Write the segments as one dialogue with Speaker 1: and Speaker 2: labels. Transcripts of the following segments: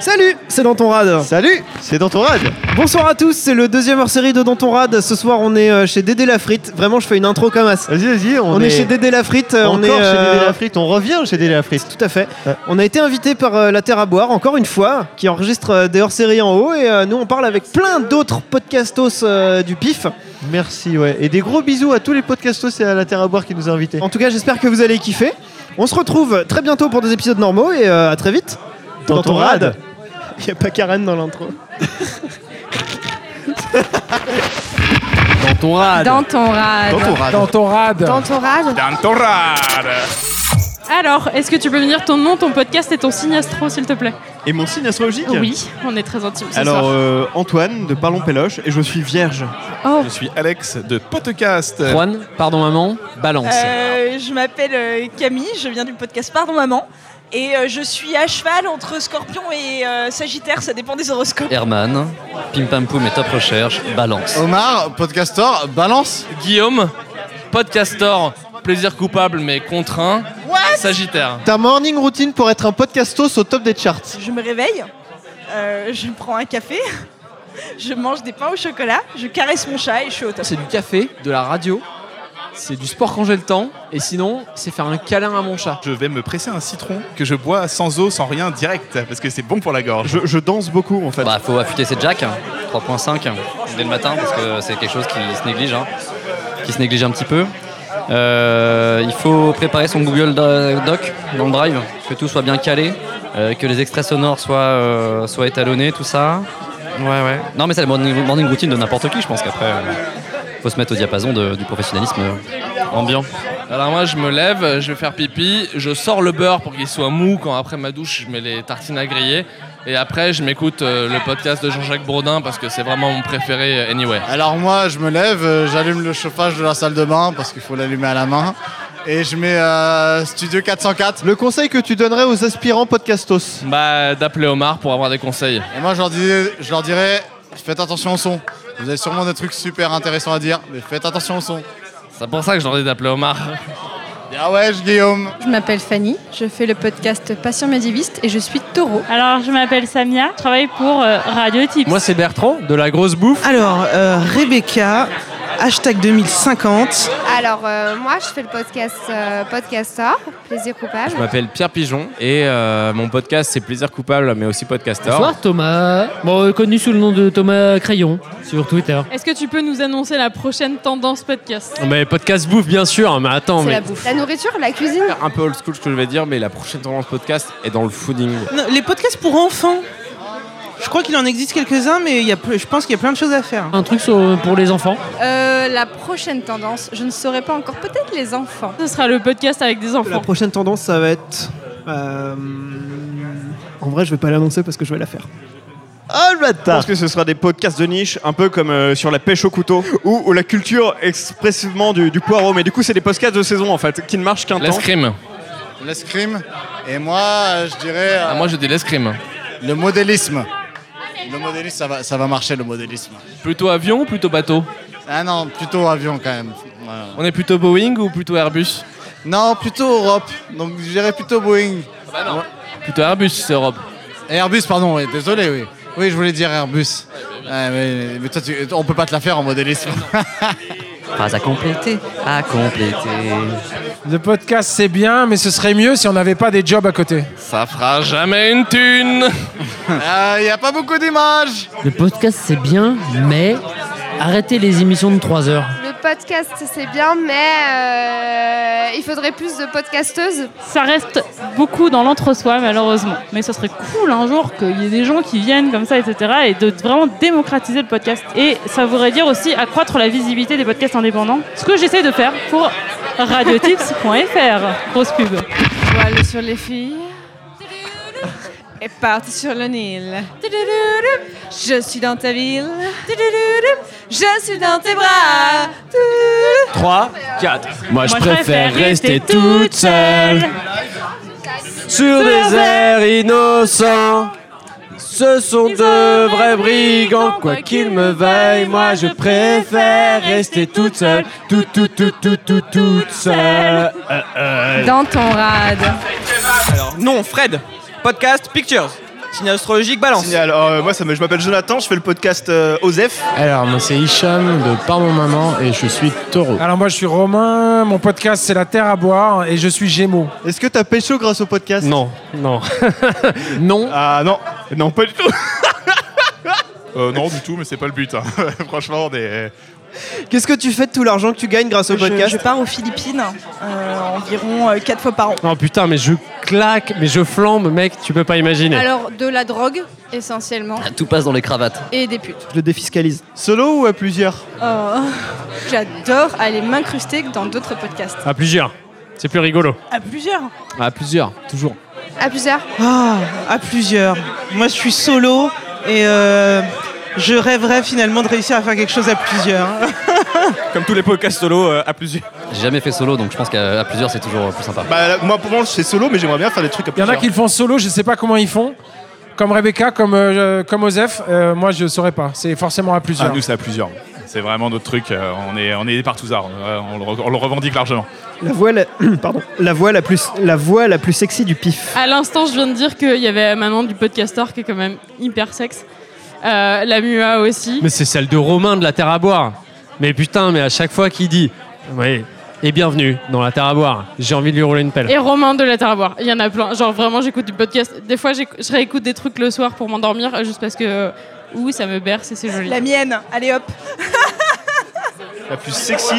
Speaker 1: Salut, c'est dans ton rad.
Speaker 2: Salut, c'est dans ton rad.
Speaker 1: Bonsoir à tous, c'est le deuxième hors série de Dans ton rad. Ce soir, on est euh, chez Dédé la frite. Vraiment, je fais une intro comme as.
Speaker 2: Vas-y, vas-y, on,
Speaker 1: On, est... chez Dédé la frite. euh,
Speaker 2: Encore
Speaker 1: on est
Speaker 2: chez
Speaker 1: euh,
Speaker 2: Dédé la frite, on revient chez Dédé la frite.
Speaker 1: Tout à fait.
Speaker 2: Ouais.
Speaker 1: On a été invité par euh, La Terre à Boire, encore une fois, qui enregistre euh, des hors-séries en haut. Et euh, nous, on parle avec plein d'autres podcastos euh, du PIF.
Speaker 2: Merci, ouais. Et des gros bisous à tous les podcastos et à la Terre à boire qui nous ont invités.
Speaker 1: En tout cas, j'espère que vous allez kiffer. On se retrouve très bientôt pour des épisodes normaux et euh, à très vite.
Speaker 2: Dans ton rad.
Speaker 1: Il n'y a pas Karen dans l'intro.
Speaker 3: Dans ton rad.
Speaker 4: Dans ton rad.
Speaker 2: Ah, Dans ton rad.
Speaker 3: Dans ton rad.
Speaker 4: Dans ton rad. Alors, est-ce que tu peux me dire ton nom, ton podcast et ton signe astro, s'il te plaît
Speaker 2: Et mon signe astrologique
Speaker 4: Oui, on est très intimes ce
Speaker 2: Alors,
Speaker 4: soir.
Speaker 2: euh, Antoine de Parlons Péloche, et je suis vierge.
Speaker 4: Oh.
Speaker 5: Je suis Alex de Podcast.
Speaker 3: Juan, pardon maman, balance.
Speaker 6: Euh, je m'appelle euh, Camille, je viens du podcast Pardon Maman. Et euh, je suis à cheval entre scorpion et euh, sagittaire, ça dépend des horoscopes.
Speaker 7: Herman, Pim Pam Poum et Top Recherche, balance.
Speaker 8: Omar, podcaster, balance.
Speaker 9: Euh, Guillaume, podcastor, plaisir coupable mais contraint, Sagittaire.
Speaker 2: Ta morning routine pour être un podcastos au top des charts.
Speaker 6: Je me réveille, euh, je prends un café, je mange des pains au chocolat, je caresse mon chat et je suis au top.
Speaker 3: C'est du café, de la radio, c'est du sport quand j'ai le temps, et sinon, c'est faire un câlin à mon chat.
Speaker 5: Je vais me presser un citron que je bois sans eau, sans rien, direct, parce que c'est bon pour la gorge.
Speaker 2: Je, je danse beaucoup en fait.
Speaker 7: Bah, faut affûter ses jacks, hein, 3.5 dès le matin, parce que c'est quelque chose qui se néglige, hein, qui se néglige un petit peu. Euh, il faut préparer son Google Do- Doc dans le Drive, que tout soit bien calé, euh, que les extraits sonores soient, euh, soient étalonnés, tout ça. Ouais, ouais. Non, mais c'est la morning, morning routine de n'importe qui, je pense qu'après, euh, faut se mettre au diapason de- du professionnalisme euh, ambiant.
Speaker 9: Alors moi je me lève, je vais faire pipi, je sors le beurre pour qu'il soit mou quand après ma douche je mets les tartines à griller et après je m'écoute euh, le podcast de Jean-Jacques Brodin parce que c'est vraiment mon préféré euh, anyway.
Speaker 8: Alors moi, je me lève, euh, j'allume le chauffage de la salle de bain parce qu'il faut l'allumer à la main. Et je mets euh, Studio 404.
Speaker 2: Le conseil que tu donnerais aux aspirants podcastos
Speaker 9: Bah d'appeler Omar pour avoir des conseils.
Speaker 8: Et moi, je leur, dis- je leur dirais, faites attention au son. Vous avez sûrement des trucs super intéressants à dire, mais faites attention au son.
Speaker 9: C'est pour ça que je leur ai d'appeler Omar.
Speaker 8: Ah ouais, je- Guillaume.
Speaker 10: Je m'appelle Fanny, je fais le podcast Patient Médiviste et je suis taureau.
Speaker 4: Alors, je m'appelle Samia, je travaille pour euh, Radio Tips.
Speaker 3: Moi, c'est
Speaker 9: Oh,
Speaker 3: Bertrand, de la grosse bouffe.
Speaker 11: Alors, euh, Rebecca, hashtag 2050.
Speaker 10: Alors, euh, moi, je fais le podcast euh, Podcaster, plaisir coupable.
Speaker 3: Je m'appelle Pierre Pigeon, et euh, mon podcast, c'est Plaisir Coupable, mais aussi podcaster.
Speaker 12: Bonsoir Thomas, bon, euh, connu sous le nom de Thomas Crayon sur Twitter.
Speaker 4: Est-ce que tu peux nous annoncer la prochaine tendance
Speaker 2: Ah.
Speaker 4: podcast
Speaker 12: Mais podcast bouffe bien sûr, hein, mais attends,
Speaker 10: C'est la bouffe. La nourriture, la cuisine.
Speaker 3: Un peu old school ce que je vais dire, mais la prochaine tendance podcast est dans le fooding.
Speaker 11: Non, Les podcasts pour enfants. Je crois qu'il en existe quelques-uns, mais il y a, ple- je pense qu'il y a plein de choses à faire.
Speaker 12: Un truc sur- pour les enfants.
Speaker 10: Euh, la prochaine tendance, je ne saurais pas encore, peut-être les enfants.
Speaker 4: Ce sera le podcast avec des
Speaker 1: La
Speaker 4: enfants.
Speaker 1: prochaine tendance, ça va être. euh, En vrai, je vais pas l'annoncer parce que je vais la faire. Oh,
Speaker 2: Ah le bâtard Je pense que ce sera des podcasts de niche, un peu comme euh, sur la pêche au couteau, ou, ou la culture expressivement du, du poireau. Mais du coup, c'est des podcasts de saison en fait, qui ne marchent qu'un temps.
Speaker 9: L'escrime.
Speaker 8: L'escrime. Et moi, euh, je dirais euh,
Speaker 9: Ah, moi je dis l'escrime.
Speaker 8: le modélisme. Le modélisme, ça va, ça va marcher, le modélisme.
Speaker 9: Plutôt avion ou plutôt bateau
Speaker 8: Ah non, plutôt avion quand même. Ouais.
Speaker 9: On est plutôt Boeing ou plutôt Airbus
Speaker 8: Non, plutôt Europe. Donc je dirais plutôt Boeing.
Speaker 9: Plutôt Airbus c'est Europe.
Speaker 8: Et Airbus, pardon, oui, désolé, oui. Oui, je voulais dire Airbus. Ouais, mais, mais toi, tu- on peut pas te la faire en modélisme.
Speaker 7: Phrase à compléter, à compléter.
Speaker 3: Le podcast, c'est bien, mais ce serait mieux si on n'avait pas des jobs à côté.
Speaker 9: Ça fera jamais une thune
Speaker 8: Il n'y Euh, a pas beaucoup d'images.
Speaker 12: Le podcast c'est bien, mais arrêtez les émissions de 3 heures.
Speaker 10: Le podcast, c'est bien, mais euh, il faudrait plus de podcasteuses.
Speaker 4: Ça reste beaucoup dans l'entre-soi, malheureusement. Mais ça serait cool un jour qu'il y ait des gens qui viennent comme ça, etc. et de vraiment démocratiser le podcast. Et ça voudrait dire aussi accroître la visibilité des podcasts indépendants. Ce que j'essaie de faire pour radiotips.fr. Grosse pub. Voile sur les filles.
Speaker 6: Et parti sur le Nil. Je suis dans ta ville. Je suis dans tes bras.
Speaker 3: 3, 4. Moi,
Speaker 4: je préfère rester toute seule
Speaker 3: sur des airs innocents. Ce sont
Speaker 4: Ils
Speaker 3: de
Speaker 4: ont
Speaker 3: vrais
Speaker 4: des
Speaker 3: brigands, quoi qu'ils me vaillent. Moi, je préfère rester toute seule, tout, tout, tout, tout, tout, toute seule.
Speaker 10: Dans ton rad.
Speaker 2: Non, Fred, podcast Pictures. Signal astrologique, balance. euh, moi, ça me- je m'appelle Jonathan, je fais le podcast euh, Osef.
Speaker 13: Alors, moi, c'est Hicham de Par mon maman et je suis taureau.
Speaker 14: Alors moi je suis Romain, mon podcast c'est La Terre à boire et je suis Gémeaux.
Speaker 2: Est-ce que t'as pécho grâce au podcast
Speaker 13: Non, non. non.
Speaker 2: Ah non, non, pas du tout.
Speaker 5: Euh, non, du tout, mais c'est pas le but. hein. Franchement, on est. euh,
Speaker 1: Qu'est-ce que tu fais de tout l'argent que tu gagnes grâce au
Speaker 6: Je-
Speaker 1: podcast
Speaker 6: Je, pars aux Philippines euh, environ 4 fois par an.
Speaker 13: Oh putain, mais je claque, mais je flambe, mec, tu peux pas imaginer.
Speaker 10: Alors, de la drogue, essentiellement,
Speaker 7: Tout passe dans les cravates.
Speaker 10: et des putes.
Speaker 1: Je le défiscalise.
Speaker 2: Solo ou à plusieurs
Speaker 10: Oh, j'adore aller m'incruster dans d'autres podcasts.
Speaker 13: À plusieurs. C'est plus rigolo.
Speaker 10: À plusieurs
Speaker 13: À plusieurs, toujours.
Speaker 10: À plusieurs
Speaker 11: Ah, à plusieurs. Moi, je suis solo et euh, je rêverais finalement de réussir à faire quelque chose à plusieurs.
Speaker 2: Comme tous les podcasts solo euh, à plusieurs.
Speaker 7: J'ai jamais fait solo, donc je pense qu'à à plusieurs, c'est toujours plus sympa.
Speaker 2: Bah, là, moi, pour moi, c'est solo, mais j'aimerais bien faire des trucs à
Speaker 14: Il y en
Speaker 2: plusieurs.
Speaker 14: a qui le font solo, je sais pas comment ils font. Comme Rebecca, comme, euh, comme Osef, euh, moi je saurais pas. C'est forcément à
Speaker 5: Ah,
Speaker 14: plusieurs.
Speaker 5: nous, c'est à plusieurs. C'est vraiment notre truc. euh, on, est, on est des partouzards. On, euh, on le, re- on le revendique largement.
Speaker 1: La voix la... Pardon. La voix la plus la voix la plus sexy du pif.
Speaker 15: À l'instant, je viens de dire qu'il y avait Maman du podcasteur qui est quand même hyper sexe. Euh, la MUA aussi.
Speaker 9: Mais c'est celle de Romain de la Terre à boire. Mais putain, mais à chaque fois qu'il dit Oui, et bienvenue dans la Terre à boire, j'ai envie de lui rouler une pelle.
Speaker 15: Et Romain de la Terre à boire. Il y en a plein. Genre vraiment, j'écoute du podcast. Des fois, j'éc- je réécoute des trucs le soir pour m'endormir, euh, juste parce que euh, ouh, ça me berce et c'est joli.
Speaker 6: La mienne, allez hop.
Speaker 2: La plus sexy.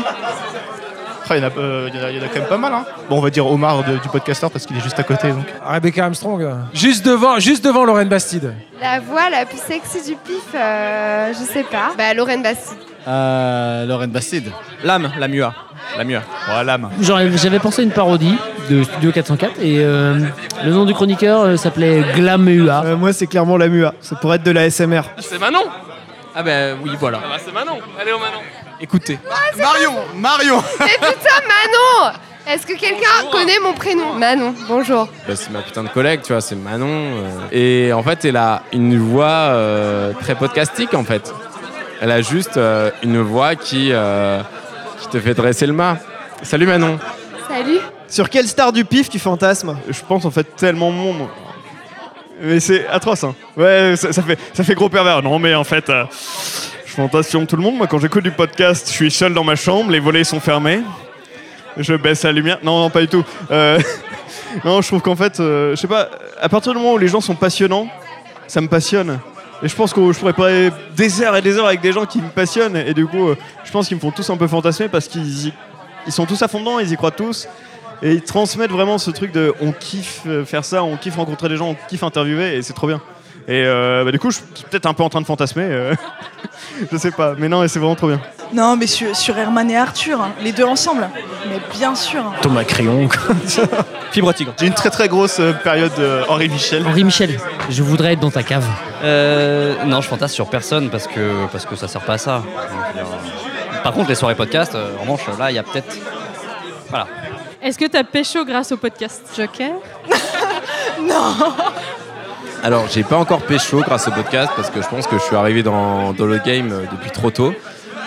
Speaker 2: Ah, Il y, en a, euh, il y en a- il y en a quand même pas mal. Hein. Bon, on va dire Omar de- du podcasteur parce qu'il est juste à côté. Donc.
Speaker 14: Rebecca Armstrong. Juste devant, juste devant Lorraine Bastide.
Speaker 10: La voix la plus sexy du pif, euh, je sais pas. Bah, Lorraine Bastide.
Speaker 8: Euh, Lorraine Bastide.
Speaker 13: L'âme, la mua.
Speaker 5: La mûre. Ouais, Oh, l'âme.
Speaker 9: J'aurais- J'avais pensé à une parodie de Studio 404 et euh, le nom du chroniqueur euh, s'appelait Glamua.
Speaker 14: Euh,
Speaker 1: moi, c'est clairement la MUA. Ça pourrait être de la SMR.
Speaker 16: C'est Manon
Speaker 9: Ah bah oui, voilà.
Speaker 16: Ah bah c'est Manon Allez au Manon
Speaker 9: Écoutez.
Speaker 10: Marion
Speaker 8: Marion
Speaker 10: Mais putain, Manon Est-ce que quelqu'un connaît mon prénom Manon, bonjour.
Speaker 3: Bah, c'est ma putain de collègue, tu vois, c'est Manon. euh. Et en fait, elle a une voix euh, très podcastique, en fait. Elle a juste euh, une voix qui, euh, qui te fait dresser le mât. Salut Manon.
Speaker 10: Salut.
Speaker 1: Sur quelle star du pif tu fantasmes
Speaker 2: Je pense en fait tellement mon. moi. Mais c'est atroce. Hein. Ouais, ça, ça fait, ça fait gros pervers. Non, mais en fait, euh, je fantasme sur tout le monde. Moi, quand j'écoute du podcast, je suis seul dans ma chambre, les volets sont fermés. Je baisse la lumière. Non, non, pas du tout. Euh, non, je trouve qu'en fait, euh, je sais pas, à partir du moment où les gens sont passionnants, ça me passionne. Et je pense que je pourrais parler des heures et des heures avec des gens qui me passionnent. Et du coup, euh, je pense qu'ils me font tous un peu fantasmer parce qu'ils y- ils sont tous à fond dedans, ils y croient tous. Et ils transmettent vraiment ce truc de on kiffe euh, faire ça, on kiffe rencontrer des gens, on kiffe interviewer et c'est trop bien. Et euh, bah, du coup, je suis peut-être un peu en train de fantasmer. euh, je sais pas. Mais non, et c'est vraiment trop bien.
Speaker 6: Non, mais sur, sur Herman et Arthur, hein, les deux ensemble. Mais bien sûr.
Speaker 2: Thomas Crayon. Fibre tigre. J'ai une très très grosse euh, période euh, Henri Michel.
Speaker 9: Henri Michel, je voudrais être dans ta cave.
Speaker 7: Euh, non, je fantasme sur personne parce que, parce que ça sert pas à ça. Donc, euh, Par contre, les soirées podcast, euh, en revanche, là, il y a peut-être. Voilà.
Speaker 15: Est-ce que t'as pécho grâce au podcast Joker Non.
Speaker 3: Alors, j'ai pas encore pécho grâce au podcast parce que je pense que je suis arrivé dans, dans le game euh, depuis trop tôt.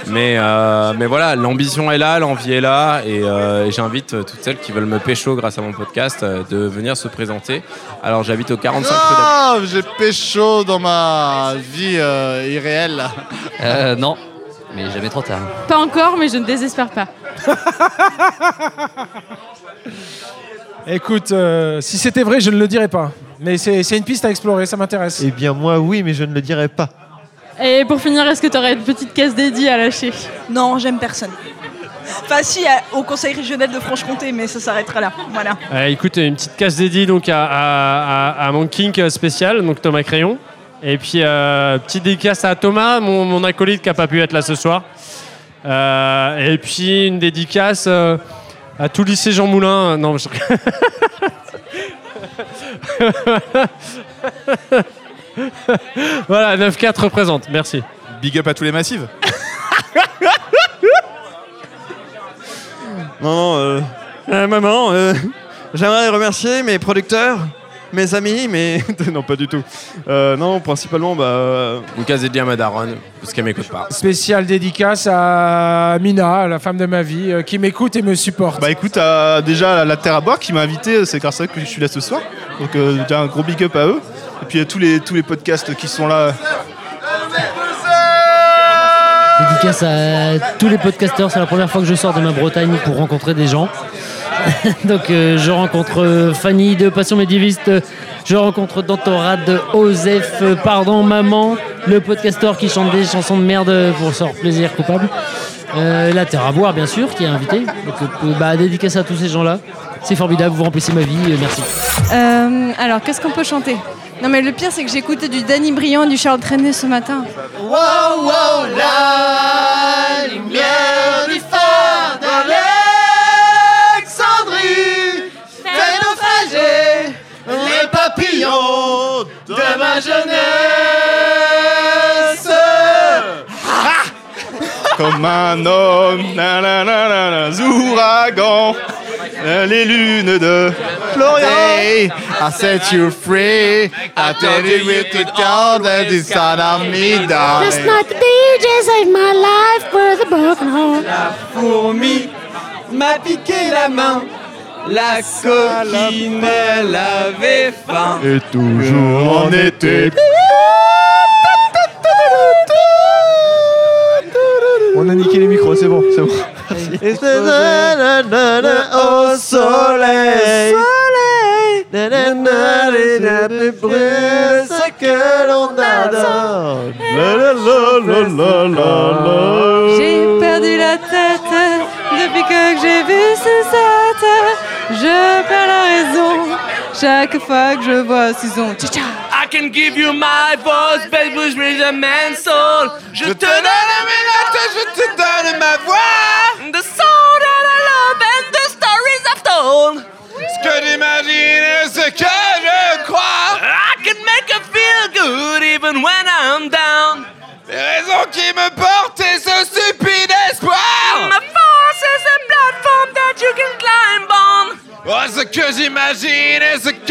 Speaker 3: Mais, euh, mais voilà, l'ambition est là, l'envie est là, et, euh, et j'invite euh, toutes celles qui veulent me pécho grâce à mon podcast euh, de venir se présenter. Alors, j'habite au 45 rue d'Abricot.
Speaker 8: Ah, j'ai pécho dans ma vie euh, irréelle.
Speaker 7: Euh, non, mais jamais trop tard.
Speaker 15: Pas encore, mais je ne désespère pas.
Speaker 14: Écoute, euh, si c'était vrai, je ne le dirais pas. Mais c'est c'est une piste à explorer, ça m'intéresse.
Speaker 17: Eh bien, moi, oui, mais je ne le dirai pas.
Speaker 15: Et pour finir, est-ce que t'aurais une petite caisse dédiée à lâcher
Speaker 6: Non, j'aime personne. Enfin, si, à- au Conseil régional de Franche-Comté, mais ça s'arrêtera là. Voilà.
Speaker 9: Euh, écoute, une petite case dédiée donc à, à, à- à mon kink euh, spécial, donc Thomas Crayon. Et puis, euh, petite dédicace à Thomas, mon, mon acolyte qui n'a pas pu être là ce soir. Euh, et puis, une dédicace euh, à tout lycée Jean Moulin. Euh, Non, je... voilà, 9-4 représente, merci.
Speaker 5: Big up à tous les massives.
Speaker 2: Non, non, euh, euh, maman, euh, j'aimerais remercier mes producteurs, mes amis, mais. non, pas du tout. Euh, non, principalement, bah.
Speaker 3: Une case dédiée à ma daronne, parce qu'elle m'écoute pas.
Speaker 14: Spécial dédicace à Mina, la femme de ma vie, euh, qui m'écoute et me supporte.
Speaker 2: Bah écoute, euh, déjà la Terre à boire qui m'a invité, c'est grâce à eux que je suis là ce soir. Donc euh, déjà, un gros big up à eux.
Speaker 18: Et puis euh, tous, les, tous les podcasts qui sont là.
Speaker 12: Dédicace à tous les podcasteurs. C'est la première fois que je sors de ma Bretagne pour rencontrer des gens. Donc euh, je rencontre euh, Fanny de Passion Médiéviste, euh, je rencontre Dantorade, Osef, euh, pardon, maman, le podcasteur qui chante des chansons de merde euh, pour se faire plaisir coupable. Euh, la Terre à boire bien sûr qui est invitée. Donc euh, bah, dédicace à tous ces gens-là. C'est formidable, vous remplissez ma vie, euh, merci.
Speaker 6: Euh, alors, qu'est-ce qu'on peut chanter Non, mais le pire, c'est que j'écoutais du Danny Briand et du Charles Trenet ce matin.
Speaker 19: Wow, wow, la lumière du phare d'Alexandrie fait naufrager les papillons de ma jeunesse.
Speaker 18: Comme un homme, na na na na na, ouragan, les lunes de Florian.
Speaker 8: I set you free. I tell you with the town that is son of me,
Speaker 19: Just
Speaker 8: darling.
Speaker 19: like the DJ saved my life with a broken heart. La fourmi m'a piqué la main. La coquine, elle avait faim.
Speaker 18: Et toujours en été.
Speaker 17: On a niqué les micros, c'est bon, c'est bon.
Speaker 19: Et c'est au soleil. Soleil. Nanana, les nappes brûlent ce que l'on adore.
Speaker 18: La la la la la la la.
Speaker 6: J'ai perdu la tête depuis que j'ai vu Suzette. Je perds la raison chaque fois que je vois Susan. Tcha-tcha.
Speaker 19: I can give you my voice, baby, blues, rhythm and soul. Je te donne mes lettres, je te donne ma voix. The soul that I love and the stories I've told. Ce que j'imagine et ce que je crois. I can make you feel good even when I'm down. Les raisons qui me portent et ce stupide espoir. My force is a platform that you can climb on.
Speaker 18: Oh, ce que j'imagine et ce que